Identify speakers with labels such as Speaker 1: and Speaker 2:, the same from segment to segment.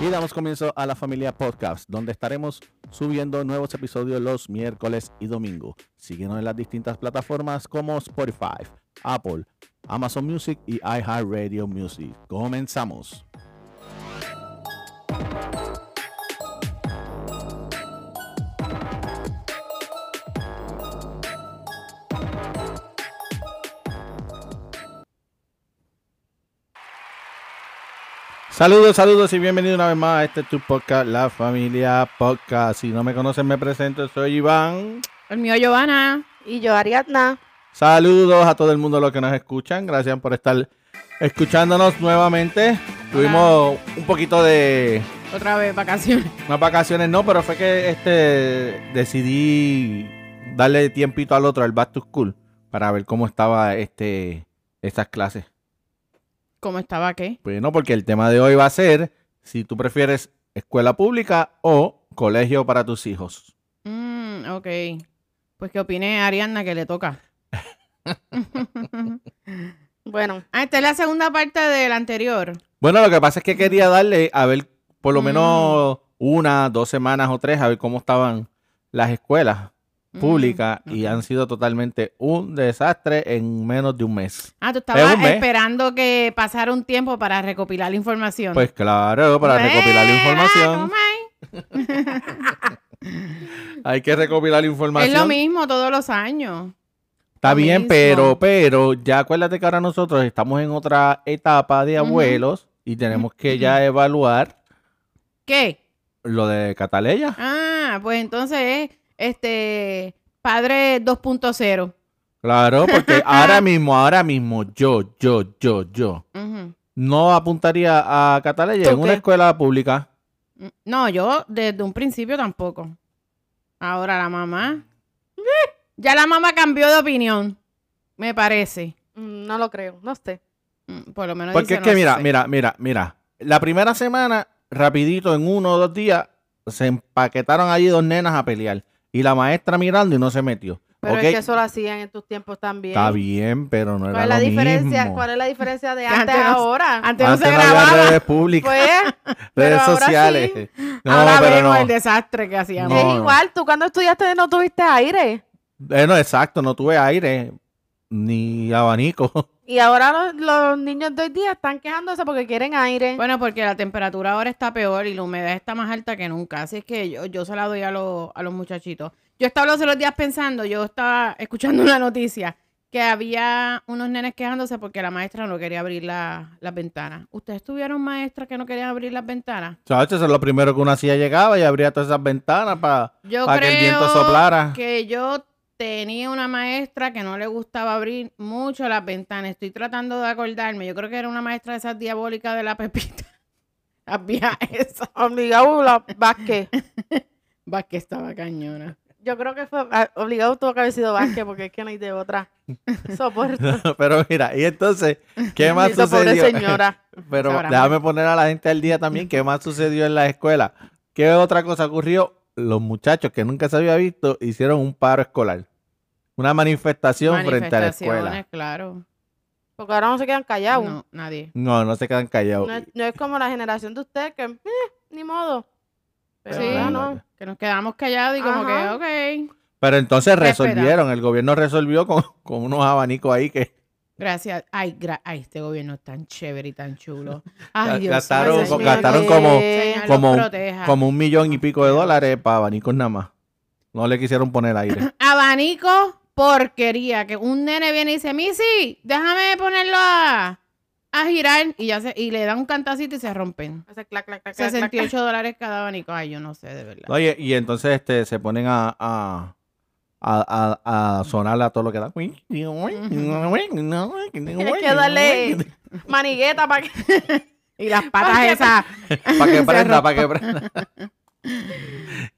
Speaker 1: Y damos comienzo a la familia podcast, donde estaremos subiendo nuevos episodios los miércoles y domingo. Síguenos en las distintas plataformas como Spotify, Apple, Amazon Music y iHeartRadio Music. Comenzamos. Saludos, saludos y bienvenidos una vez más a este tu podcast, la familia podcast. Si no me conocen, me presento, soy Iván.
Speaker 2: El mío Giovanna.
Speaker 3: Y yo, Ariadna.
Speaker 1: Saludos a todo el mundo los que nos escuchan. Gracias por estar escuchándonos nuevamente. Tuvimos un poquito de
Speaker 2: Otra vez, vacaciones.
Speaker 1: unas vacaciones, no, pero fue que este decidí darle tiempito al otro, al Back to School, para ver cómo estaba este estas clases.
Speaker 2: ¿Cómo estaba qué?
Speaker 1: Bueno, porque el tema de hoy va a ser si tú prefieres escuela pública o colegio para tus hijos.
Speaker 2: Mm, ok. Pues que opine Arianna que le toca.
Speaker 3: Bueno,
Speaker 2: ah, esta es la segunda parte del anterior.
Speaker 1: Bueno, lo que pasa es que quería darle a ver por lo
Speaker 2: Mm.
Speaker 1: menos una, dos semanas o tres, a ver cómo estaban las escuelas
Speaker 2: Mm,
Speaker 1: públicas y
Speaker 2: ok.
Speaker 1: han sido totalmente un desastre en menos de un mes.
Speaker 2: Ah, tú
Speaker 1: Es
Speaker 2: estabas
Speaker 1: un mes.
Speaker 2: esperando que pasara un tiempo para recopilar la información.
Speaker 1: Pues claro, para recopilar la
Speaker 2: Eh, ah,
Speaker 1: información
Speaker 2: ¿cómo es?
Speaker 1: hay que recopilar la
Speaker 2: Es lo
Speaker 1: información.
Speaker 2: mismo todos los años.
Speaker 1: Está
Speaker 2: Lo
Speaker 1: bien,
Speaker 2: mismo.
Speaker 1: pero, pero ya acuérdate que ahora nosotros estamos en otra etapa de
Speaker 2: Ujú.
Speaker 1: abuelos y tenemos que ya evaluar
Speaker 2: ¿Qué?
Speaker 1: lo de Cataleya.
Speaker 2: Ah, pues entonces es este padre 2.0.
Speaker 1: Claro, porque ahora mismo, ahora mismo, yo, yo, yo, yo,
Speaker 2: Ujú.
Speaker 1: no apuntaría a Cataleya
Speaker 3: ¿Tú
Speaker 1: en una
Speaker 3: qué?
Speaker 1: escuela pública.
Speaker 2: Mm, No, yo desde un principio tampoco. Ahora la mamá. Ya la mamá cambió de opinión, me parece.
Speaker 3: mm, no lo creo, no sé.
Speaker 2: Mm, Por lo menos
Speaker 1: Porque
Speaker 2: dice,
Speaker 1: es que
Speaker 2: no
Speaker 1: mira,
Speaker 2: sé.
Speaker 1: mira, mira, mira. La primera semana, rapidito, en uno o dos días, se empaquetaron allí dos nenas a pelear. Y la maestra mirando y no se metió.
Speaker 3: Pero
Speaker 1: Ok,
Speaker 3: es que eso lo hacían en tus tiempos también.
Speaker 1: Está bien, pero no
Speaker 3: ¿Cuál
Speaker 1: era
Speaker 3: es la
Speaker 1: lo
Speaker 3: diferencia?
Speaker 1: mismo.
Speaker 3: ¿Cuál es la diferencia de
Speaker 2: Que antes
Speaker 3: antes a
Speaker 2: no- Ah,
Speaker 3: ahora?
Speaker 2: Antes no se
Speaker 1: había
Speaker 2: grababa.
Speaker 1: redes públicas,
Speaker 3: Pues, pero
Speaker 1: redes
Speaker 3: ahora
Speaker 1: sociales. No,
Speaker 2: Ahora
Speaker 1: pero
Speaker 2: vemos
Speaker 1: no.
Speaker 2: el desastre que hacíamos.
Speaker 1: No.
Speaker 3: es igual, tú cuando estudiaste no tuviste aire.
Speaker 1: Bueno, exacto, Eh, no tuve aire ni abanico.
Speaker 3: Y ahora los, los niños de hoy día están quejándose porque quieren aire.
Speaker 2: Bueno, porque la temperatura ahora está peor y la humedad está más alta que nunca. Así es que yo, yo se la doy a, los- a los muchachitos. Yo estaba los otros días pensando, yo estaba escuchando una noticia que había unos nenes quejándose porque la maestra no quería abrir la- las ventanas. ¿Ustedes tuvieron maestras que no querían abrir las ventanas?
Speaker 1: ¿Sabes? Eso es lo primero que uno hacía, llegaba y abría todas esas ventanas para
Speaker 2: Yo
Speaker 1: que el viento
Speaker 2: creo
Speaker 1: soplara.
Speaker 2: que yo tenía una maestra que no le gustaba abrir mucho las ventanas. Estoy tratando de acordarme. Yo creo que era una maestra de esas diabólicas de la Pepita. Había esa.
Speaker 3: Obligado la Vázquez.
Speaker 2: Va que estaba cañona.
Speaker 3: Yo creo que fue ah, obligado tuvo que haber sido Vázquez porque es que no hay de otra. Soporto.
Speaker 1: pero mira, y entonces, ¿qué más
Speaker 3: Bendito, pobre
Speaker 1: sucedió?
Speaker 3: señora.
Speaker 1: Pero
Speaker 2: Sabrá
Speaker 1: déjame poner a la gente al día también qué más sucedió en la escuela. ¿Qué otra cosa ocurrió? Los muchachos que nunca se había visto hicieron un paro escolar. Una manifestación, frente a la escuela.
Speaker 3: eh.
Speaker 2: Manifestaciones, claro.
Speaker 3: Porque ahora no se quedan callados.
Speaker 2: No, nadie.
Speaker 1: No, no se quedan callados.
Speaker 3: No es, no es como la generación de usted que, eh, ni modo. Pero pues,
Speaker 2: Sí.
Speaker 3: ahora no.
Speaker 2: Que nos quedamos callados y como
Speaker 3: Ajá.
Speaker 2: que, ok.
Speaker 1: Pero entonces
Speaker 2: Respeta.
Speaker 1: resolvieron, el gobierno resolvió con, con unos abanicos ahí que
Speaker 2: Gracias. Ay, gra- Ay, este gobierno es tan chévere y tan chulo. Ay,
Speaker 1: Ga-
Speaker 2: Dios
Speaker 1: gastaron-
Speaker 2: mío,
Speaker 3: co-
Speaker 2: Señor,
Speaker 3: gastaron
Speaker 2: que
Speaker 3: como-
Speaker 2: el Señor los
Speaker 1: como-
Speaker 3: Ah.
Speaker 2: proteja.
Speaker 1: como un millón y pico de dólares para abanicos nada más. No le quisieron poner aire.
Speaker 2: abanico porquería que un nene viene y dice Missy déjame ponerlo a, a girar y ya se, y le dan un cantacito y se rompen
Speaker 3: Hace clac, clac, clac, clac, clac,
Speaker 2: 68 dólares cada abanico ay yo no sé de verdad
Speaker 1: Oye, y entonces este, se ponen a, a, a, a, a sonar a todo lo que da.
Speaker 3: Tienes que darle manigueta para que.
Speaker 2: y las patas esas
Speaker 1: Para que prenda, para que prenda.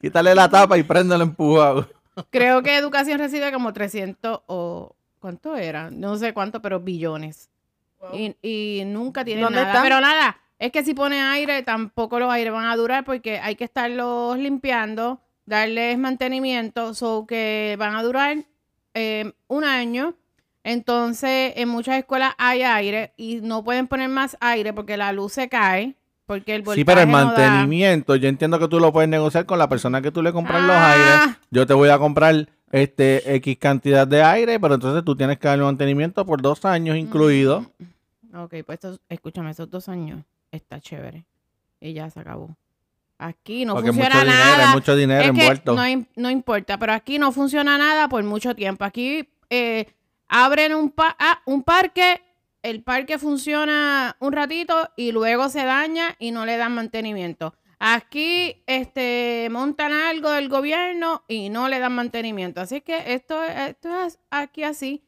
Speaker 1: Quítale la tapa y préndelo empujado.
Speaker 2: creo que educación recibe como 300 o cuánto era no sé cuánto pero billones y, y nunca tienen
Speaker 3: ¿Dónde
Speaker 2: nada
Speaker 3: están?
Speaker 2: pero nada es que si pones aire tampoco los aires van a durar porque hay que estarlos limpiando darles mantenimiento, so que van a durar eh, un año. Entonces, en muchas escuelas hay aire y no pueden poner más aire porque la luz se cae, Porque el voltaje
Speaker 1: Sí, pero el
Speaker 2: no da-
Speaker 1: mantenimiento, yo entiendo que tú lo puedes negociar con la persona que tú le compras los
Speaker 2: Ah.
Speaker 1: aires. Yo te voy a comprar este X cantidad de aire, pero entonces tú tienes que darle mantenimiento por dos años
Speaker 2: Mm.
Speaker 1: incluido.
Speaker 2: Ok, pues estos- escúchame, esos dos años está chévere. Y ya se acabó. Aquí no
Speaker 1: porque es mucho
Speaker 2: funciona
Speaker 1: dinero, es
Speaker 2: nada.
Speaker 1: mucho dinero
Speaker 2: Es que
Speaker 1: envuelto.
Speaker 2: no, im- no importa, pero aquí no funciona nada por mucho tiempo. Aquí eh, abren un, pa- ah, un parque, el parque funciona un ratito y luego se daña y no le dan mantenimiento. Aquí este, montan algo del gobierno y no le dan mantenimiento. Así que esto, esto es aquí así.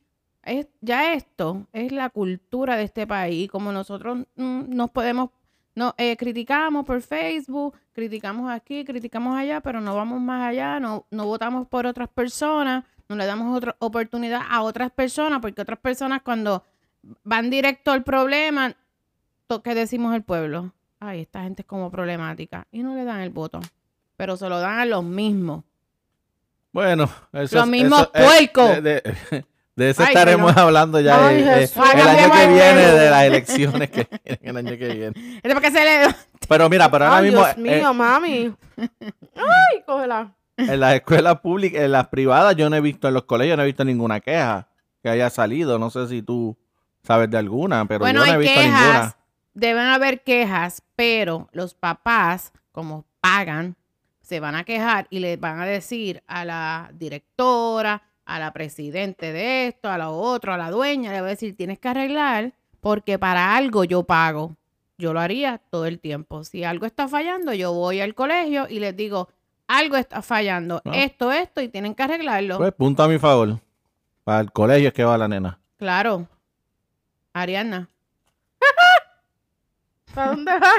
Speaker 2: Es, ya esto es la cultura de este país. Y Como nosotros mm, nos podemos no, eh, criticamos por Facebook, criticamos aquí, criticamos allá, pero no vamos más allá, no, no votamos por otras personas, no le damos otra oportunidad a otras personas, porque otras personas cuando van directo al problema, to- ¿qué decimos el pueblo? Ay, esta gente es como problemática y no le dan el voto, pero se lo dan a los mismos.
Speaker 1: Bueno, eso
Speaker 2: Los
Speaker 1: es-
Speaker 2: mismos
Speaker 1: eso es-
Speaker 2: puercos.
Speaker 1: de, de- de eso
Speaker 2: Ay,
Speaker 1: estaremos
Speaker 2: bueno.
Speaker 1: hablando ya
Speaker 3: Ay,
Speaker 1: eh, eh,
Speaker 3: Jesús.
Speaker 1: el año
Speaker 2: Hagamos
Speaker 1: que
Speaker 2: el
Speaker 1: viene,
Speaker 2: juego.
Speaker 1: de las elecciones que vienen el año que viene.
Speaker 2: Este para qué se le
Speaker 1: Pero mira, pero ahora
Speaker 3: Ay,
Speaker 1: mismo
Speaker 3: Dios
Speaker 1: eh,
Speaker 3: mío, mami. Ay, cógela.
Speaker 1: en las escuelas públicas, en las privadas, yo no he visto, en los colegios no he visto ninguna queja que haya salido. No sé si tú sabes de alguna, pero
Speaker 2: bueno,
Speaker 1: yo no he
Speaker 2: hay
Speaker 1: visto
Speaker 2: quejas,
Speaker 1: ninguna.
Speaker 2: deben haber quejas, pero los papás, como pagan, se van a quejar y les van a decir a la directora, a la presidente de esto, a lo otro, a la dueña, le va a decir, tienes que arreglar porque para algo yo pago. Yo lo haría todo el tiempo. Si algo está fallando, yo voy al colegio y les digo, algo está fallando,
Speaker 1: Ah.
Speaker 2: esto, esto, y tienen que arreglarlo.
Speaker 1: Pues punto a mi favor. Para el colegio es que va la nena.
Speaker 2: claro. Ariana.
Speaker 3: ¿Para dónde vas?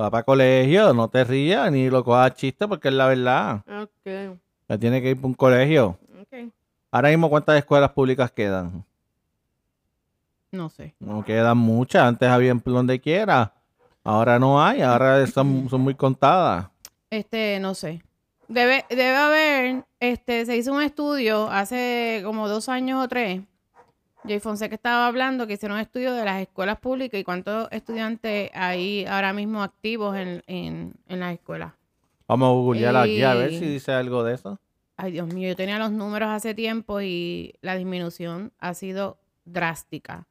Speaker 1: Va para colegio, no te rías ni lo cojas chiste porque es la verdad.
Speaker 3: Ok,
Speaker 1: Ya tiene que ir para un colegio.
Speaker 3: ok.
Speaker 1: Ahora mismo, ¿cuántas escuelas públicas quedan?
Speaker 2: No sé.
Speaker 1: No quedan muchas. Antes había en donde quiera. Ahora no hay. Ahora
Speaker 2: Mm.
Speaker 1: son, son muy contadas.
Speaker 2: Este, no sé. Debe, debe haber, este, se hizo un estudio hace como dos años o tres. Jay Fonseca estaba hablando que hicieron un estudio de las escuelas públicas y cuántos estudiantes hay ahora mismo activos en, en, en las escuelas.
Speaker 1: Vamos a googlear aquí a ver
Speaker 2: Y-
Speaker 1: si dice algo de eso.
Speaker 2: Ay, Dios mío, yo tenía los números hace tiempo y la disminución ha sido drástica.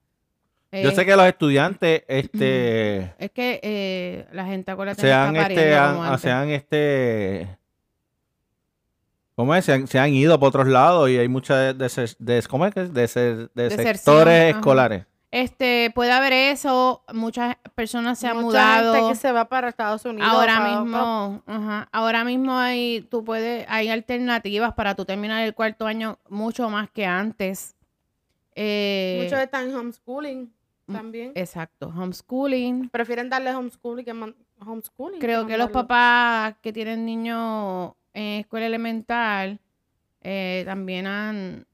Speaker 1: Yo
Speaker 2: Eh,
Speaker 1: sé que los estudiantes, este.
Speaker 2: Es que eh, la gente acuérdate no
Speaker 1: se han,
Speaker 2: está
Speaker 1: este,
Speaker 2: pariendo
Speaker 1: han-
Speaker 2: como
Speaker 1: ah,
Speaker 2: antes.
Speaker 1: se han, este, ¿cómo es? Se han, se han ido para otros lados y hay muchas de, de, de- ¿cómo es que es? De, ser- de
Speaker 2: Deserción,
Speaker 1: sectores
Speaker 2: ajá.
Speaker 1: escolares.
Speaker 2: Este, puede haber eso, muchas personas se han
Speaker 3: Mucha
Speaker 2: mudado.
Speaker 3: gente que se va para Estados Unidos.
Speaker 2: Ahora
Speaker 3: para-
Speaker 2: mismo, ajá, ahora mismo hay, tú puedes, hay alternativas para tú terminar el cuarto año mucho más que antes. Eh,
Speaker 3: Muchos están en homeschooling
Speaker 2: Mm,
Speaker 3: también.
Speaker 2: exacto, homeschooling.
Speaker 3: Prefieren darle homeschooling que man- homeschooling.
Speaker 2: Creo que los
Speaker 3: mandarlo.
Speaker 2: papás que tienen niños en escuela elemental eh, también han,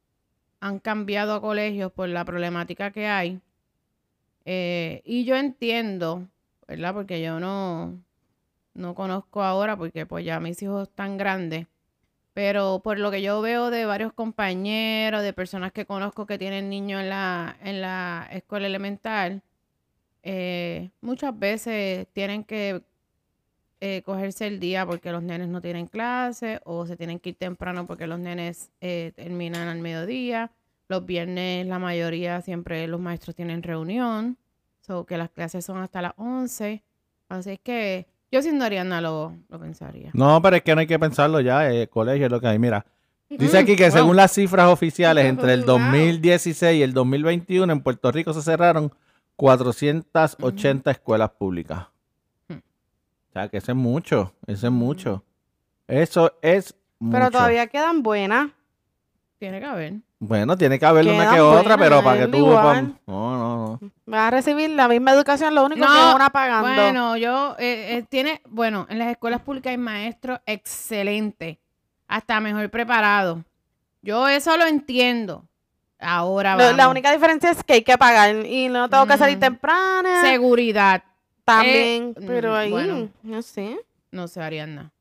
Speaker 2: han cambiado a colegios por la problemática que hay. Eh, y yo entiendo, ¿verdad? Porque yo no, no conozco ahora porque pues ya mis hijos están grandes. Pero por lo que yo veo de varios compañeros, de personas que conozco que tienen niños en la, en la escuela elemental, eh, muchas veces tienen que eh, cogerse el día porque los nenes no tienen clase o se tienen que ir temprano porque los nenes eh, terminan al mediodía. Los viernes la mayoría siempre los maestros tienen reunión, so que las clases son hasta las 11. Así es que yo siendo Ariana lo, lo pensaría.
Speaker 1: No, pero es que no hay que pensarlo ya, eh, colegio es lo que hay, mira. Dice
Speaker 2: Mm,
Speaker 1: aquí que
Speaker 2: wow.
Speaker 1: según las cifras oficiales,
Speaker 3: Wow.
Speaker 1: entre el 2016 y el 2021 en Puerto Rico se cerraron
Speaker 3: Mm.
Speaker 1: 480 escuelas públicas.
Speaker 2: Mm.
Speaker 3: Hmm.
Speaker 1: O sea, que eso es mucho, eso es mucho. Eso es mucho.
Speaker 3: Mm. Pero todavía quedan buenas.
Speaker 2: Tiene que haber.
Speaker 1: Bueno, tiene que haber una
Speaker 3: Quedan
Speaker 1: que otra, pero
Speaker 3: buenas,
Speaker 1: para que
Speaker 3: es
Speaker 1: tú...
Speaker 3: igual.
Speaker 1: pa- No, no, no.
Speaker 3: Van a recibir la misma educación, lo único
Speaker 2: No,
Speaker 3: que es una pagando.
Speaker 2: Bueno, yo eh, eh, tiene, bueno, en las escuelas públicas hay maestros excelentes, hasta mejor preparados. Yo eso lo entiendo. Ahora
Speaker 3: Lo- la
Speaker 2: vamos.
Speaker 3: única diferencia es que hay que pagar y no tengo que salir
Speaker 2: Mm.
Speaker 3: temprano.
Speaker 2: seguridad.
Speaker 3: También,
Speaker 2: eh, mm,
Speaker 3: pero ahí,
Speaker 2: bueno.
Speaker 3: no sé.
Speaker 2: No sé, Arianna.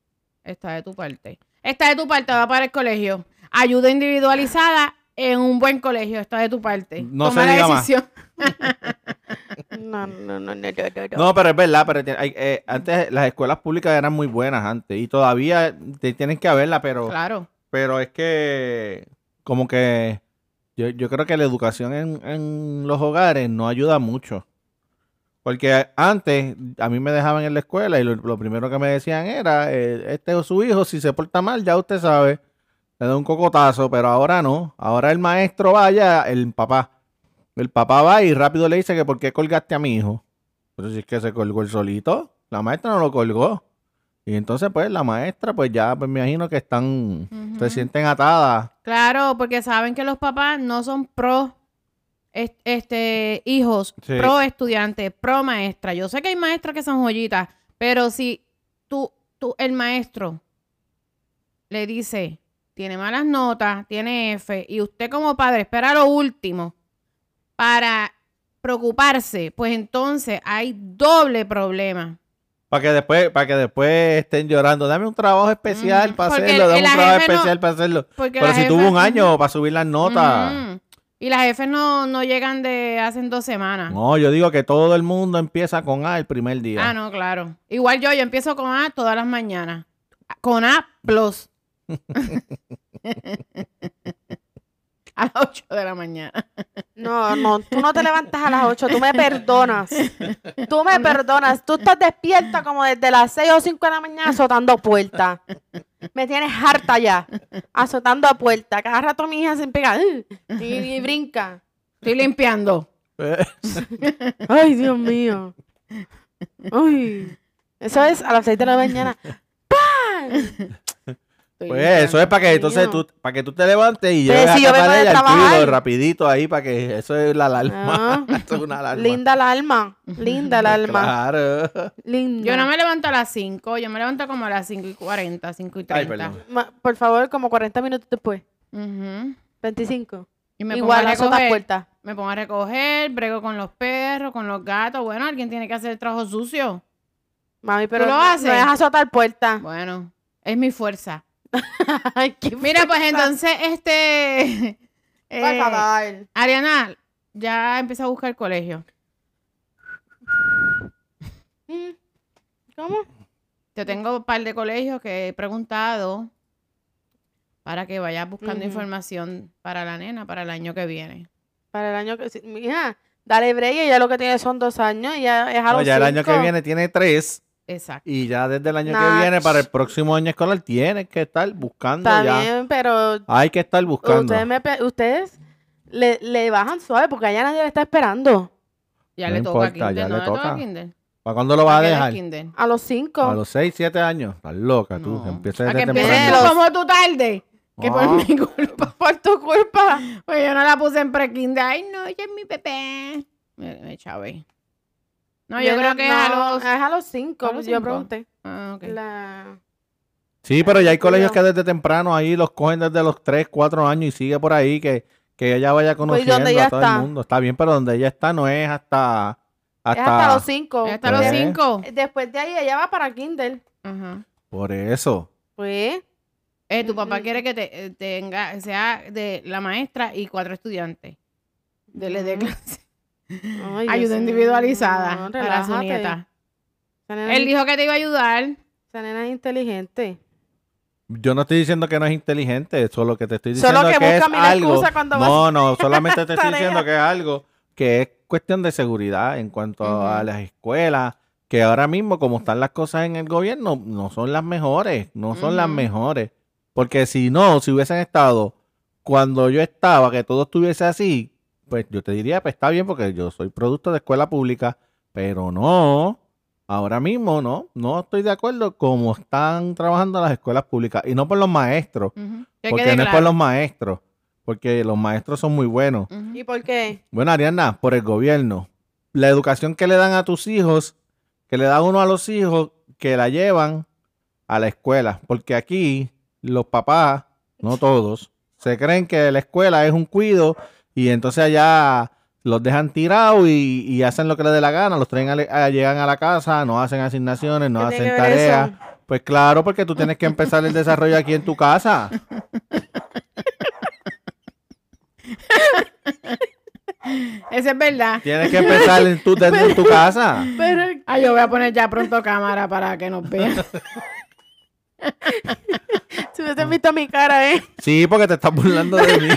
Speaker 2: Está de tu parte. Está de tu parte, va para el colegio. Ayuda individualizada en un buen colegio. Está de tu parte.
Speaker 1: No se
Speaker 2: la
Speaker 1: diga más.
Speaker 2: decisión.
Speaker 3: No, no, no, no, no, no.
Speaker 1: No, pero es verdad, pero tiene- hay- eh, antes las escuelas públicas eran muy buenas antes y todavía te- tienen que haberla, pero,
Speaker 2: Claro.
Speaker 1: pero es que como que yo, yo creo que la educación en, en los hogares no ayuda mucho. Porque antes a mí me dejaban en la escuela y lo, lo primero que me decían era, eh, este o su hijo, si se porta mal, ya usted sabe, le da un cocotazo, pero ahora no. Ahora el maestro vaya, el papá. El papá va y rápido le dice que por qué colgaste a mi hijo. Pero si es que se colgó el solito, la maestra no lo colgó. Y entonces, pues, la maestra, pues ya pues, me imagino que están,
Speaker 2: Ujú.
Speaker 1: se sienten atadas.
Speaker 2: Claro, porque saben que los papás no son pro es- este hijos,
Speaker 1: Sí.
Speaker 2: pro estudiante, pro maestra. Yo sé que hay maestras que son joyitas, pero si tú, tú el maestro le dice, tiene malas notas, tiene F, y usted como padre espera lo último para preocuparse, pues entonces hay doble problema.
Speaker 1: Para que después, para que después estén llorando. Dame un trabajo especial
Speaker 2: Ujú,
Speaker 1: para
Speaker 2: porque
Speaker 1: hacerlo,
Speaker 2: el-
Speaker 1: dame
Speaker 2: el
Speaker 1: un trabajo
Speaker 2: AGM no-
Speaker 1: especial para hacerlo.
Speaker 2: Porque
Speaker 1: Pero
Speaker 2: la
Speaker 1: si
Speaker 2: jefa-
Speaker 1: tuvo un año
Speaker 2: Ujú,
Speaker 1: para subir las notas.
Speaker 2: ujú. Y las jefes no, no llegan de hace dos semanas.
Speaker 1: No, yo digo que todo el mundo empieza con A el primer día.
Speaker 2: Ah, no, claro. Igual yo, yo empiezo con A todas las mañanas. Con A plus. a las 8 de la mañana.
Speaker 3: No, no, tú no te levantas a las 8, tú me perdonas. Tú me perdonas. Tú estás despierta como desde las 6 o 5 de la mañana azotando puertas. Me tienes harta ya, azotando puertas. Cada rato mi hija se pega "Ugh", y, y brinca.
Speaker 2: Estoy limpiando.
Speaker 1: Pues,
Speaker 3: Ay, Dios mío. Ay. Eso es a las 6 de la mañana.
Speaker 2: Estoy
Speaker 1: Pues eso es para que
Speaker 3: Dios
Speaker 1: entonces
Speaker 3: mío.
Speaker 1: tú, para que tú te levantes y
Speaker 2: Pues,
Speaker 3: Pero
Speaker 1: lleves
Speaker 3: si
Speaker 1: a
Speaker 3: yo vengo
Speaker 1: Catalina
Speaker 3: de
Speaker 1: al cuido
Speaker 3: trabajar.
Speaker 1: rapidito ahí para que eso es la alarma.
Speaker 3: Ah.
Speaker 1: Eso es una alarma. Pues,
Speaker 3: Linda el alma, linda el alma.
Speaker 1: Claro.
Speaker 3: Linda.
Speaker 2: Yo no me levanto a las 5, yo me levanto como a las 5 y 40, 5 y 30.
Speaker 1: Ay, perdón.
Speaker 3: Ma- Por favor, como 40 minutos después.
Speaker 2: Ujú.
Speaker 3: 25.
Speaker 2: Y me
Speaker 3: Igual
Speaker 2: pongo a
Speaker 3: azotas
Speaker 2: recoger.
Speaker 3: puertas.
Speaker 2: Me pongo a recoger, brego con los perros, con los gatos. Bueno, alguien tiene que hacer el trabajo sucio.
Speaker 3: Mami, pero
Speaker 2: lo
Speaker 3: no-
Speaker 2: haces?
Speaker 3: no es azotar puertas.
Speaker 2: Bueno, es mi fuerza.
Speaker 3: Ay, qué
Speaker 2: Mira, pues
Speaker 3: fuerza.
Speaker 2: entonces, este.
Speaker 3: Por
Speaker 2: eh,
Speaker 3: favor.
Speaker 2: Ariana, ya empieza a buscar colegio.
Speaker 3: Mm. ¿Cómo?
Speaker 2: Te tengo un par de colegios que he preguntado para que vayas buscando
Speaker 3: Ujú.
Speaker 2: información para la nena para el año que viene.
Speaker 3: Para el año que... sí, Mija, dale break, ella lo que tiene son dos años y ya es a
Speaker 1: No,
Speaker 3: los
Speaker 1: ya el año que
Speaker 3: cinco.
Speaker 1: viene tiene tres.
Speaker 2: Exacto.
Speaker 1: Y ya desde el año que
Speaker 3: Nach.
Speaker 1: viene, para el próximo año escolar, tienes que estar buscando
Speaker 3: Está
Speaker 1: ya.
Speaker 3: bien, pero
Speaker 1: Hay que estar buscando.
Speaker 3: ustedes, me pe- ustedes le, le bajan suave porque allá nadie le está esperando.
Speaker 2: Ya
Speaker 1: No
Speaker 2: le toca a
Speaker 1: importa,
Speaker 2: Kinder.
Speaker 1: ya
Speaker 2: ¿No
Speaker 1: le
Speaker 2: le toca
Speaker 1: toca.
Speaker 2: a Kinder?
Speaker 1: ¿Para cuándo lo
Speaker 2: ¿A
Speaker 1: vas a
Speaker 2: qué edad es
Speaker 1: dejar?
Speaker 2: Kinder?
Speaker 3: A los cinco.
Speaker 1: A los 6, 7 años. Estás loca, tú.
Speaker 2: No.
Speaker 1: Que empieces
Speaker 2: a que
Speaker 1: desde
Speaker 2: empieces
Speaker 1: temprano. Ah.
Speaker 3: temprano.
Speaker 2: como tú tarde. Que
Speaker 1: No.
Speaker 2: por mi culpa.
Speaker 3: Por tu culpa.
Speaker 2: Pues yo no la puse en pre-Kinder. Ay, no, ella es mi bebé. Me, me chavé. No, yo
Speaker 3: Nena,
Speaker 2: creo que
Speaker 3: no,
Speaker 2: es a los.
Speaker 3: Es a los cinco,
Speaker 2: a los
Speaker 3: yo
Speaker 2: cinco.
Speaker 3: pregunté.
Speaker 2: Ah, ok.
Speaker 3: La...
Speaker 1: Sí, pero ya hay
Speaker 3: Cuidado.
Speaker 1: colegios que desde temprano ahí los cogen desde los 3, 4 años y sigue por ahí que, que ella vaya
Speaker 3: Pues, ¿y
Speaker 1: conociendo
Speaker 3: dónde ella
Speaker 1: a todo
Speaker 3: está?
Speaker 1: el mundo. Está bien, pero donde ella está no es hasta...
Speaker 3: Es
Speaker 1: hasta,
Speaker 3: hasta los cinco.
Speaker 2: Es hasta los
Speaker 1: Ok.
Speaker 2: cinco.
Speaker 3: Después de ahí ella va para Kindle.
Speaker 2: Ajá.
Speaker 1: Por eso.
Speaker 3: Pues,
Speaker 2: Eh, tu papá
Speaker 3: Mm.
Speaker 2: quiere que te, eh, tenga, sea de la maestra y cuatro estudiantes. De, le dé
Speaker 3: Ujú.
Speaker 2: clase.
Speaker 3: Ay,
Speaker 2: Ayuda
Speaker 3: Dios
Speaker 2: individualizada
Speaker 3: mío,
Speaker 2: para su
Speaker 3: relájate.
Speaker 2: nieta.
Speaker 3: Esa nena,
Speaker 2: Él dijo que te iba a ayudar.
Speaker 3: esa nena es inteligente.
Speaker 1: Yo no estoy diciendo que no es inteligente, solo que te estoy diciendo
Speaker 3: Solo que
Speaker 1: es
Speaker 3: busca mil
Speaker 1: algo.
Speaker 3: excusas cuando vas
Speaker 1: No, no, solamente te estoy
Speaker 3: tarea.
Speaker 1: diciendo que es algo que es cuestión de seguridad en cuanto a
Speaker 2: Ujú.
Speaker 1: las escuelas, que ahora mismo como están las cosas en el gobierno, no son las mejores, no son las
Speaker 2: Ujú.
Speaker 1: mejores. Porque si no, si hubiesen estado cuando yo estaba, que todo estuviese así, pues yo te diría, pues está bien porque yo soy producto de escuela pública, pero no, ahora mismo no, no estoy de acuerdo como están trabajando las escuelas públicas y no por los maestros,
Speaker 2: Ujú. Que
Speaker 1: porque no
Speaker 2: quede
Speaker 1: es por
Speaker 2: claro.
Speaker 1: los maestros, porque los maestros son muy buenos.
Speaker 2: Ujú.
Speaker 3: ¿Y por qué?
Speaker 1: Bueno, Ariana, por el gobierno. La educación que le dan a tus hijos, que le da uno a los hijos, que la llevan a la escuela. Porque aquí los papás, no todos, se creen que la escuela es un cuido y entonces allá los dejan tirados y, y hacen lo que les dé la gana. Los traen, a la- a- llegan a la casa, no hacen asignaciones, no
Speaker 3: ¿Qué tiene
Speaker 1: hacen
Speaker 3: que ver eso?
Speaker 1: tareas. Pues claro, porque tú tienes que empezar el desarrollo aquí en tu casa.
Speaker 2: Eso es verdad.
Speaker 1: Tienes que empezar en tu, desde tu casa.
Speaker 3: Pero
Speaker 2: Ah, yo voy a poner ya pronto cámara para que nos vean.
Speaker 3: si hubiesen visto mi cara, ¿eh?
Speaker 1: Sí, porque te estás burlando de mí.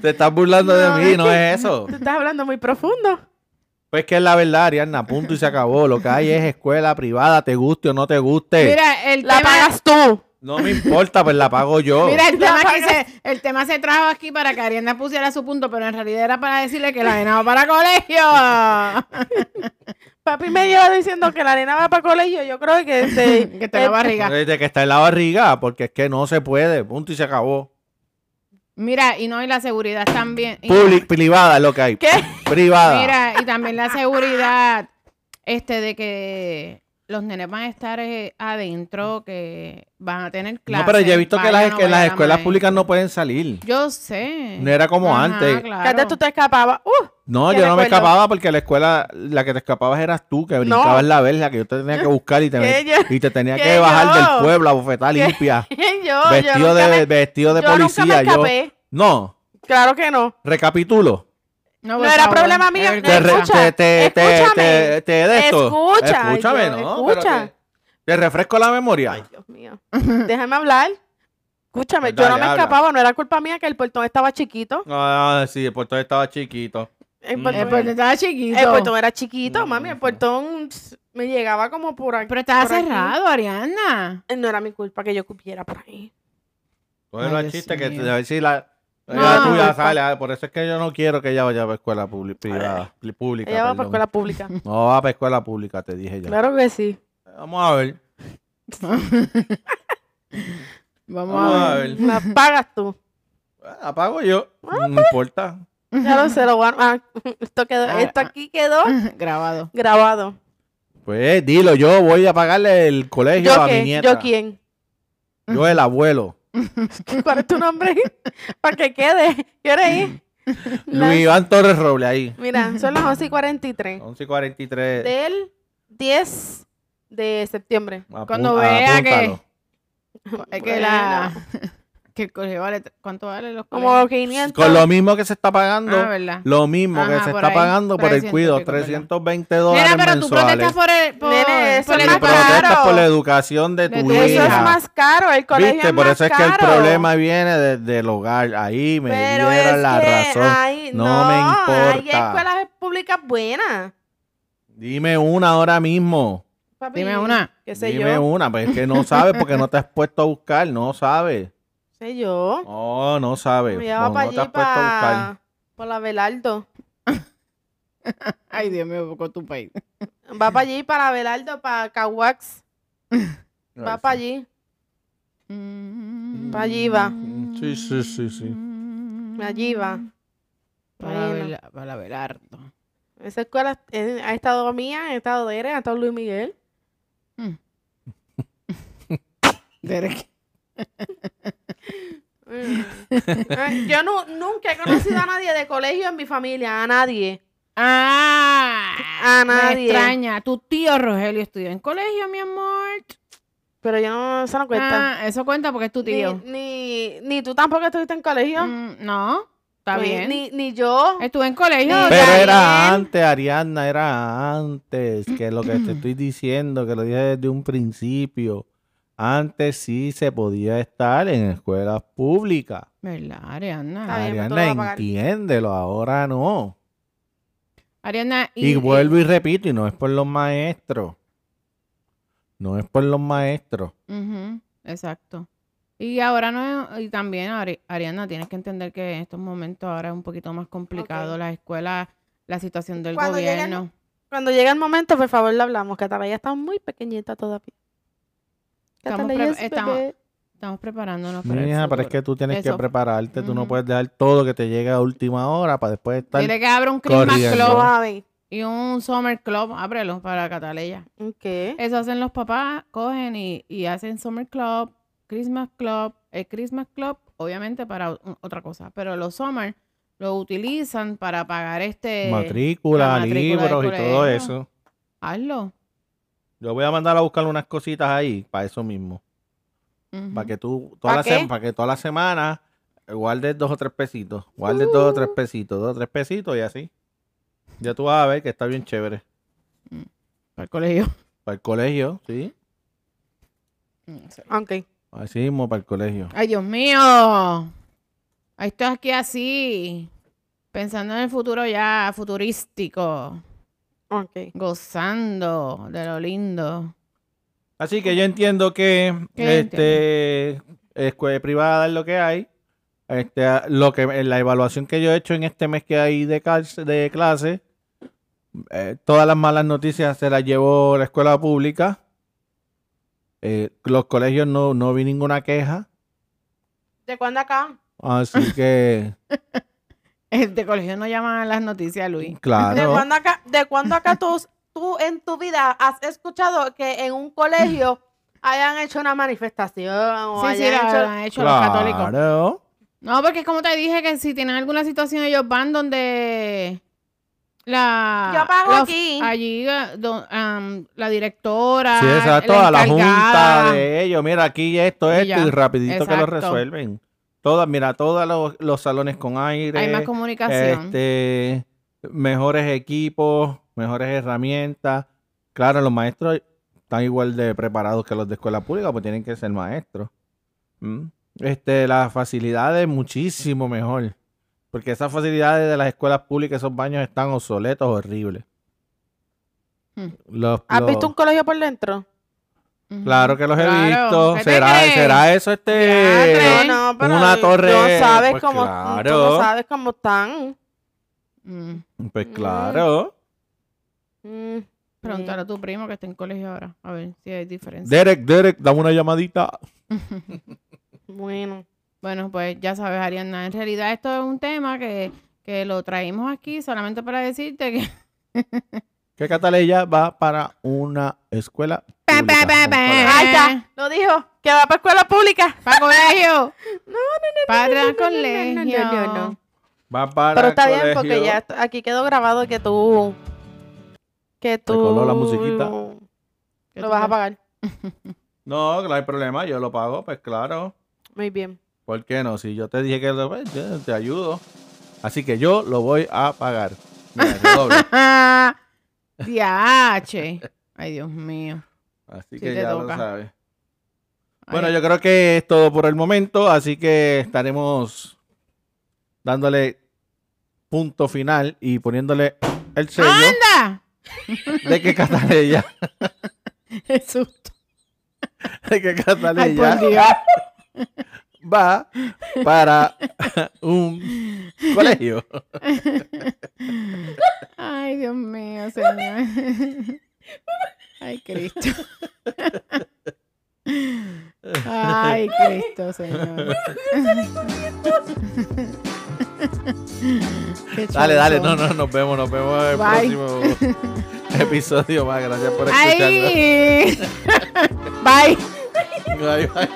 Speaker 1: Te estás burlando
Speaker 3: No,
Speaker 1: de mí,
Speaker 3: es
Speaker 1: no es eso.
Speaker 3: Tú estás hablando muy profundo.
Speaker 1: Pues que es la verdad, Ariadna, punto y se acabó. Lo que hay es escuela privada, te guste o no te guste.
Speaker 2: Mira, el
Speaker 3: La
Speaker 2: tema,
Speaker 3: pagas tú.
Speaker 1: No me importa, pues la pago yo.
Speaker 2: mira, el
Speaker 3: La
Speaker 2: tema que
Speaker 3: pagas.
Speaker 2: se, el tema se trajo aquí para que Ariana pusiera su punto, pero en realidad era para decirle que la venaba para colegio.
Speaker 3: Papi me lleva diciendo que la nena va para colegio. Yo creo que este,
Speaker 2: que te la
Speaker 3: eh,
Speaker 2: barriga.
Speaker 1: Desde que está en la barriga, porque es que no se puede, punto y se acabó.
Speaker 2: Mira, y no, y la seguridad también. Y-
Speaker 1: Public, privada es lo que hay.
Speaker 3: ¿Qué?
Speaker 1: Privada.
Speaker 2: Mira, y también la seguridad este de que los nenes van a estar eh, adentro, que van a tener clases.
Speaker 1: no, pero yo he visto que
Speaker 2: vaya,
Speaker 1: las,
Speaker 2: no
Speaker 1: que las
Speaker 2: vaya,
Speaker 1: escuelas
Speaker 2: mae.
Speaker 1: públicas no pueden salir.
Speaker 2: Yo sé.
Speaker 1: No era como
Speaker 2: Ajá,
Speaker 1: antes.
Speaker 3: que antes
Speaker 2: claro.
Speaker 3: tú te escapabas. Uh,
Speaker 1: No,
Speaker 3: ¿Qué
Speaker 1: yo no me
Speaker 3: recuerdo?
Speaker 1: escapaba porque la escuela, la que te escapabas eras tú, que brincabas la verja, que yo te tenía que buscar y te,
Speaker 3: ¿Qué yo?
Speaker 1: y te tenía
Speaker 3: ¿Qué
Speaker 1: que bajar
Speaker 3: yo?
Speaker 1: del pueblo a bofetar
Speaker 3: ¿Qué?
Speaker 1: limpia.
Speaker 3: yo, yo
Speaker 1: vestido,
Speaker 3: nunca
Speaker 1: de,
Speaker 3: me,
Speaker 1: vestido de
Speaker 3: yo nunca me
Speaker 1: policía. Yo,
Speaker 3: escapé.
Speaker 1: no,
Speaker 3: Claro que no.
Speaker 1: recapitulo.
Speaker 2: No,
Speaker 3: No
Speaker 2: por
Speaker 3: era
Speaker 2: favor,
Speaker 3: problema
Speaker 2: es
Speaker 3: mío,
Speaker 2: verdad.
Speaker 1: Te, re-
Speaker 3: Escucha,
Speaker 1: te, te, te-
Speaker 3: escúchame.
Speaker 1: te- te de esto.
Speaker 3: Escucha,
Speaker 1: Escúchame,
Speaker 3: yo-
Speaker 1: ¿no?
Speaker 3: escucha.
Speaker 1: Pero que- Te refresco la memoria.
Speaker 3: Dios mío. Déjame hablar. Escúchame, yo
Speaker 1: Dale,
Speaker 3: no me
Speaker 1: habla.
Speaker 3: escapaba, no era culpa mía que el portón estaba chiquito.
Speaker 1: Ah, sí, el portón estaba chiquito.
Speaker 3: El
Speaker 1: Mm.
Speaker 3: portón,
Speaker 2: Eh, pues, estaba chiquito.
Speaker 3: el portón era chiquito, mami. El
Speaker 1: Mm.
Speaker 3: portón pss, me llegaba como por aquí.
Speaker 2: Pero estaba
Speaker 3: por aquí. Eh,
Speaker 2: cerrado, Ariana.
Speaker 3: No era mi culpa que yo cupiera por ahí.
Speaker 1: Bueno,
Speaker 2: Ay,
Speaker 1: el
Speaker 2: Dios
Speaker 1: chiste que
Speaker 2: mío.
Speaker 1: a ver si la,
Speaker 2: No,
Speaker 1: la
Speaker 2: no,
Speaker 1: tuya
Speaker 3: no, pues,
Speaker 1: sale. ah, Por eso es que yo no quiero que ella vaya a escuela publi- privada, pli- pública.
Speaker 3: Ella va para
Speaker 1: perdón.
Speaker 3: escuela pública.
Speaker 1: No va para escuela pública, te dije ya.
Speaker 3: claro que sí.
Speaker 1: Vamos a ver.
Speaker 2: Vamos
Speaker 1: Vamos
Speaker 2: a
Speaker 1: a
Speaker 2: ver.
Speaker 1: ver.
Speaker 3: La pagas tú.
Speaker 1: Pues, Apago yo.
Speaker 3: Ah,
Speaker 1: No
Speaker 3: pues.
Speaker 1: importa.
Speaker 3: Ya lo sé, lo van- ah, esto, quedó,
Speaker 2: Ah,
Speaker 3: esto
Speaker 2: ah.
Speaker 3: aquí quedó
Speaker 2: Grabado.
Speaker 3: grabado.
Speaker 1: Pues dilo, yo voy a pagarle el colegio
Speaker 3: ¿Yo
Speaker 1: a mi
Speaker 3: quién?
Speaker 1: nieta.
Speaker 3: ¿Yo quién?
Speaker 1: Yo el abuelo.
Speaker 3: ¿Cuál es tu nombre? para que quede. Yo era ahí.
Speaker 1: Luis Iván Torres Roble ahí.
Speaker 3: Mira, son las 11 y 43
Speaker 1: 11 y 43.
Speaker 3: del 10 de septiembre.
Speaker 1: Apu-
Speaker 2: Cuando vea que-
Speaker 1: apúntalo.
Speaker 2: Es que la. Que el colegio vale. ¿Cuánto vale los
Speaker 3: Como
Speaker 2: colegios?
Speaker 3: 500.
Speaker 1: Con lo mismo que se está pagando.
Speaker 2: Ah, ¿verdad?
Speaker 1: Lo mismo
Speaker 2: Ajá,
Speaker 1: que se
Speaker 2: por
Speaker 1: está
Speaker 2: ahí.
Speaker 1: pagando por el
Speaker 2: 300
Speaker 1: cuido,
Speaker 2: pico,
Speaker 1: 320
Speaker 2: Nena,
Speaker 1: dólares
Speaker 2: pero tú
Speaker 1: mensuales.
Speaker 2: protestas por el. Por,
Speaker 3: Nene, eso
Speaker 2: por
Speaker 1: Y
Speaker 2: el
Speaker 3: es más
Speaker 2: educado.
Speaker 1: protestas
Speaker 3: caro.
Speaker 1: por la educación de
Speaker 2: De
Speaker 1: tu
Speaker 2: tu-
Speaker 1: hija.
Speaker 3: Eso es más caro. El colegio
Speaker 1: ¿Viste?
Speaker 3: es
Speaker 1: Por
Speaker 3: más
Speaker 1: eso es que el
Speaker 3: caro.
Speaker 1: problema viene desde el hogar. Ahí me
Speaker 3: Pero
Speaker 1: dieron
Speaker 3: es
Speaker 1: la
Speaker 3: que
Speaker 1: razón.
Speaker 3: hay-
Speaker 1: No
Speaker 3: no,
Speaker 1: me
Speaker 3: Hay
Speaker 1: importa.
Speaker 3: escuelas públicas buenas.
Speaker 1: Dime una ahora mismo.
Speaker 3: Papi,
Speaker 2: Dime una.
Speaker 3: ¿Qué sé
Speaker 1: Dime
Speaker 3: yo?
Speaker 1: una, pues es que no sabes porque no te has puesto a buscar, no sabes.
Speaker 3: ¿Qué sé yo?
Speaker 1: No, no sabes.
Speaker 3: Me
Speaker 1: No,
Speaker 3: llevaba para
Speaker 1: no te has
Speaker 3: allí,
Speaker 1: puesto a buscar.
Speaker 3: para la Belardo.
Speaker 2: Ay, Dios mío, poco tu país.
Speaker 3: Va para allí, para Belardo, para Caguax. Va
Speaker 1: Ay,
Speaker 3: para
Speaker 1: sí.
Speaker 3: allí.
Speaker 2: Pa' Mm.
Speaker 3: Pa' allí va.
Speaker 1: Sí, sí, sí, sí.
Speaker 3: Allí va.
Speaker 2: Para,
Speaker 3: Bueno.
Speaker 2: Bela- para Belardo.
Speaker 3: Esa escuela eh, ha estado mía, ha estado de Eren, ha estado Luis Miguel.
Speaker 2: Derek.
Speaker 3: Mm. Ay, Yo no, nunca he conocido a nadie de colegio en mi familia, a nadie.
Speaker 2: Ah,
Speaker 3: A
Speaker 2: me
Speaker 3: nadie.
Speaker 2: extraña. Tu tío Rogelio estudió en colegio, mi amor.
Speaker 3: Pero yo no, eso no cuenta.
Speaker 2: Ah, eso cuenta porque es tu
Speaker 3: ni,
Speaker 2: tío.
Speaker 3: ni, ni tú tampoco estuviste en colegio.
Speaker 2: Mm, no, está
Speaker 3: Ni-
Speaker 2: bien.
Speaker 3: Ni, ni yo.
Speaker 2: Estuve en colegio.
Speaker 3: Ni-
Speaker 2: o
Speaker 1: Pero
Speaker 2: sea,
Speaker 1: era
Speaker 3: Gabriel.
Speaker 1: antes, Ariadna, era antes, que lo que te estoy diciendo, que lo dije desde un principio. Antes sí se podía estar en escuelas públicas.
Speaker 2: ¿Verdad, Ariana?
Speaker 3: Está bien, pero tú lo
Speaker 1: Ariadna,
Speaker 3: vas a pagar.
Speaker 1: entiéndelo, ahora no.
Speaker 2: Ariana,
Speaker 1: Y, vuelvo y repito, y no es por los maestros. No es por los maestros.
Speaker 2: Ujú, exacto. Y ahora no, y también Ari- Ariana, tienes que entender que en estos momentos ahora es un poquito más complicado las escuelas, la situación del
Speaker 3: Cuando llegue el-
Speaker 2: gobierno.
Speaker 3: Cuando llegue el momento, por favor, lo hablamos. Catalina está muy pequeñita todavía.
Speaker 2: Estamos
Speaker 3: Catalina
Speaker 2: pre-
Speaker 3: es
Speaker 2: estamos-
Speaker 3: bebé.
Speaker 2: Estamos preparándonos Ah, para el
Speaker 1: Mija, pero es que
Speaker 2: futuro.
Speaker 1: tú tienes que
Speaker 2: Eso.
Speaker 1: prepararte, tú no
Speaker 2: Ujú.
Speaker 1: puedes dejar todo que te llegue a última hora para después estar...
Speaker 2: Dile que abra un Christmas
Speaker 1: corriendo.
Speaker 3: Lo
Speaker 2: Club
Speaker 3: vas a ver.
Speaker 2: y un Summer Club, ábrelo para Cataleya.
Speaker 3: ¿Qué?
Speaker 2: Eso hacen los papás, cogen y, y hacen Summer Club, Christmas Club, el Christmas Club, obviamente para o- otra cosa, pero los Summer lo utilizan para pagar este...
Speaker 1: matrícula,
Speaker 2: la matrícula del
Speaker 1: libros y todo
Speaker 2: colegio.
Speaker 1: eso.
Speaker 2: Hazlo.
Speaker 1: Yo voy a mandar a buscar unas cositas ahí para eso mismo.
Speaker 2: Ujú.
Speaker 1: Para que tú,
Speaker 3: ¿Pa
Speaker 1: todas las
Speaker 3: qué?
Speaker 1: sem- para que todas las semanas guardes dos o tres pesitos, guardes dos o tres
Speaker 2: Uh.
Speaker 1: pesitos, dos o tres pesitos y así. Ya tú vas a ver que está bien chévere.
Speaker 2: Para el colegio.
Speaker 1: Para el colegio, sí.
Speaker 3: Ok.
Speaker 1: Así mismo, para el colegio.
Speaker 2: Mm, Ay, Dios mío. Ahí estoy aquí así. Pensando en el futuro ya, futurístico.
Speaker 3: Ok.
Speaker 2: Gozando de lo lindo.
Speaker 1: Así que yo entiendo que
Speaker 2: ¿Qué
Speaker 1: este escuela privada es lo que hay. Este, a- lo que en la evaluación que yo he hecho en este mes que hay de, cal- de clase, eh, todas las malas noticias se las llevó la escuela pública. Eh, los colegios no, no vi ninguna queja.
Speaker 3: ¿De cuándo acá?
Speaker 1: Así que,
Speaker 2: Este colegio no llaman a las noticias, Luis.
Speaker 3: ¿De
Speaker 1: claro.
Speaker 3: cuándo acá, de cuándo acá tú, tú en tu vida has escuchado que en un colegio hayan hecho una manifestación o
Speaker 2: Sí, sí,
Speaker 3: hayan
Speaker 2: la-
Speaker 3: hecho-
Speaker 2: la han hecho los católicos.
Speaker 1: Claro.
Speaker 2: No, porque es como te dije que si tienen alguna situación, ellos van donde la.
Speaker 3: Yo pago
Speaker 2: la-
Speaker 3: aquí.
Speaker 2: Allí, eh, do- am, la directora.
Speaker 1: Sí, exacto, a la
Speaker 2: Ah, encargada.
Speaker 1: junta de ellos. Mira, aquí esto,
Speaker 2: Y
Speaker 1: esto,
Speaker 2: ya,
Speaker 1: y rapidito que lo
Speaker 2: exacto.
Speaker 1: resuelven. Todas, mira, todos los, los salones con aire.
Speaker 2: Hay más comunicación.
Speaker 1: este, mejores equipos, mejores herramientas. Claro, los maestros están igual de preparados que los de escuela pública, pues tienen que ser maestros. ¿Mm? Este, las facilidades muchísimo mejor. Porque esas facilidades de las escuelas públicas, esos baños están obsoletos, horribles.
Speaker 2: Hmm.
Speaker 1: Los-
Speaker 3: ¿Has
Speaker 1: los-
Speaker 3: visto un colegio por dentro?
Speaker 2: Ujú.
Speaker 1: Claro que los he
Speaker 2: Claro,
Speaker 1: visto.
Speaker 2: ¿qué te
Speaker 1: ¿Será,
Speaker 2: crees?
Speaker 1: será eso este?
Speaker 3: Ah,
Speaker 2: Diantre.
Speaker 3: No, no, pero
Speaker 1: Una
Speaker 3: tú
Speaker 1: torre,
Speaker 3: No sabes
Speaker 1: pues
Speaker 3: cómo,
Speaker 1: claro.
Speaker 3: tú no sabes cómo están.
Speaker 2: Mm,
Speaker 1: Pues claro.
Speaker 3: Mm,
Speaker 2: Preguntar a tu primo que está en colegio ahora. A ver si hay diferencia.
Speaker 1: Derek, Derek, dame una llamadita.
Speaker 3: Bueno.
Speaker 2: Bueno, pues ya sabes, Ariana, en realidad esto es un tema que, que lo traímos aquí solamente para decirte que...
Speaker 1: Que Cataleya va para una escuela.
Speaker 2: Pa,
Speaker 1: pública,
Speaker 2: pa,
Speaker 1: un
Speaker 2: pa, pa.
Speaker 1: colegio.
Speaker 3: Ahí está, lo dijo, que va para escuela pública.
Speaker 2: ¡Para colegio! No, no, no.
Speaker 3: no,
Speaker 2: Para
Speaker 3: no,
Speaker 2: colegio.
Speaker 3: no, no, no, no.
Speaker 1: Va para
Speaker 3: Pero está bien
Speaker 1: colegio.
Speaker 3: porque ya t- aquí quedó grabado que tú... Que tú...
Speaker 1: coló la musiquita.
Speaker 2: ¿Qué
Speaker 3: Lo
Speaker 2: tú
Speaker 3: vas a
Speaker 2: crees?
Speaker 3: pagar.
Speaker 1: No, no hay problema, yo lo pago, pues claro.
Speaker 3: Muy bien.
Speaker 1: ¿Por qué no? Si yo te dije que lo- pues, yo te ayudo. Así que yo lo voy a pagar. Mira, redoble.
Speaker 2: Ah, Diache. Ay, Dios mío.
Speaker 1: Así
Speaker 2: Sí,
Speaker 1: que
Speaker 2: te
Speaker 1: ya lo
Speaker 2: toca.
Speaker 1: sabes.
Speaker 2: Ay,
Speaker 1: Bueno, yo creo que es todo por el momento, así que estaremos dándole punto final y poniéndole el sello
Speaker 2: ¡Anda!
Speaker 1: de que Cataleya,
Speaker 2: El susto.
Speaker 1: de que
Speaker 2: Ay,
Speaker 1: Cataleya
Speaker 2: por Dios.
Speaker 1: va para un colegio.
Speaker 2: Ay, Dios mío, señor. Ay, Cristo. Ay, Cristo, señor. Qué
Speaker 1: Dale, dale,
Speaker 2: chuzo.
Speaker 1: no, no, nos vemos, nos vemos en el
Speaker 2: Bye.
Speaker 1: próximo episodio más. Gracias por escucharnos.
Speaker 2: Ay. Bye.
Speaker 1: Bye, bye.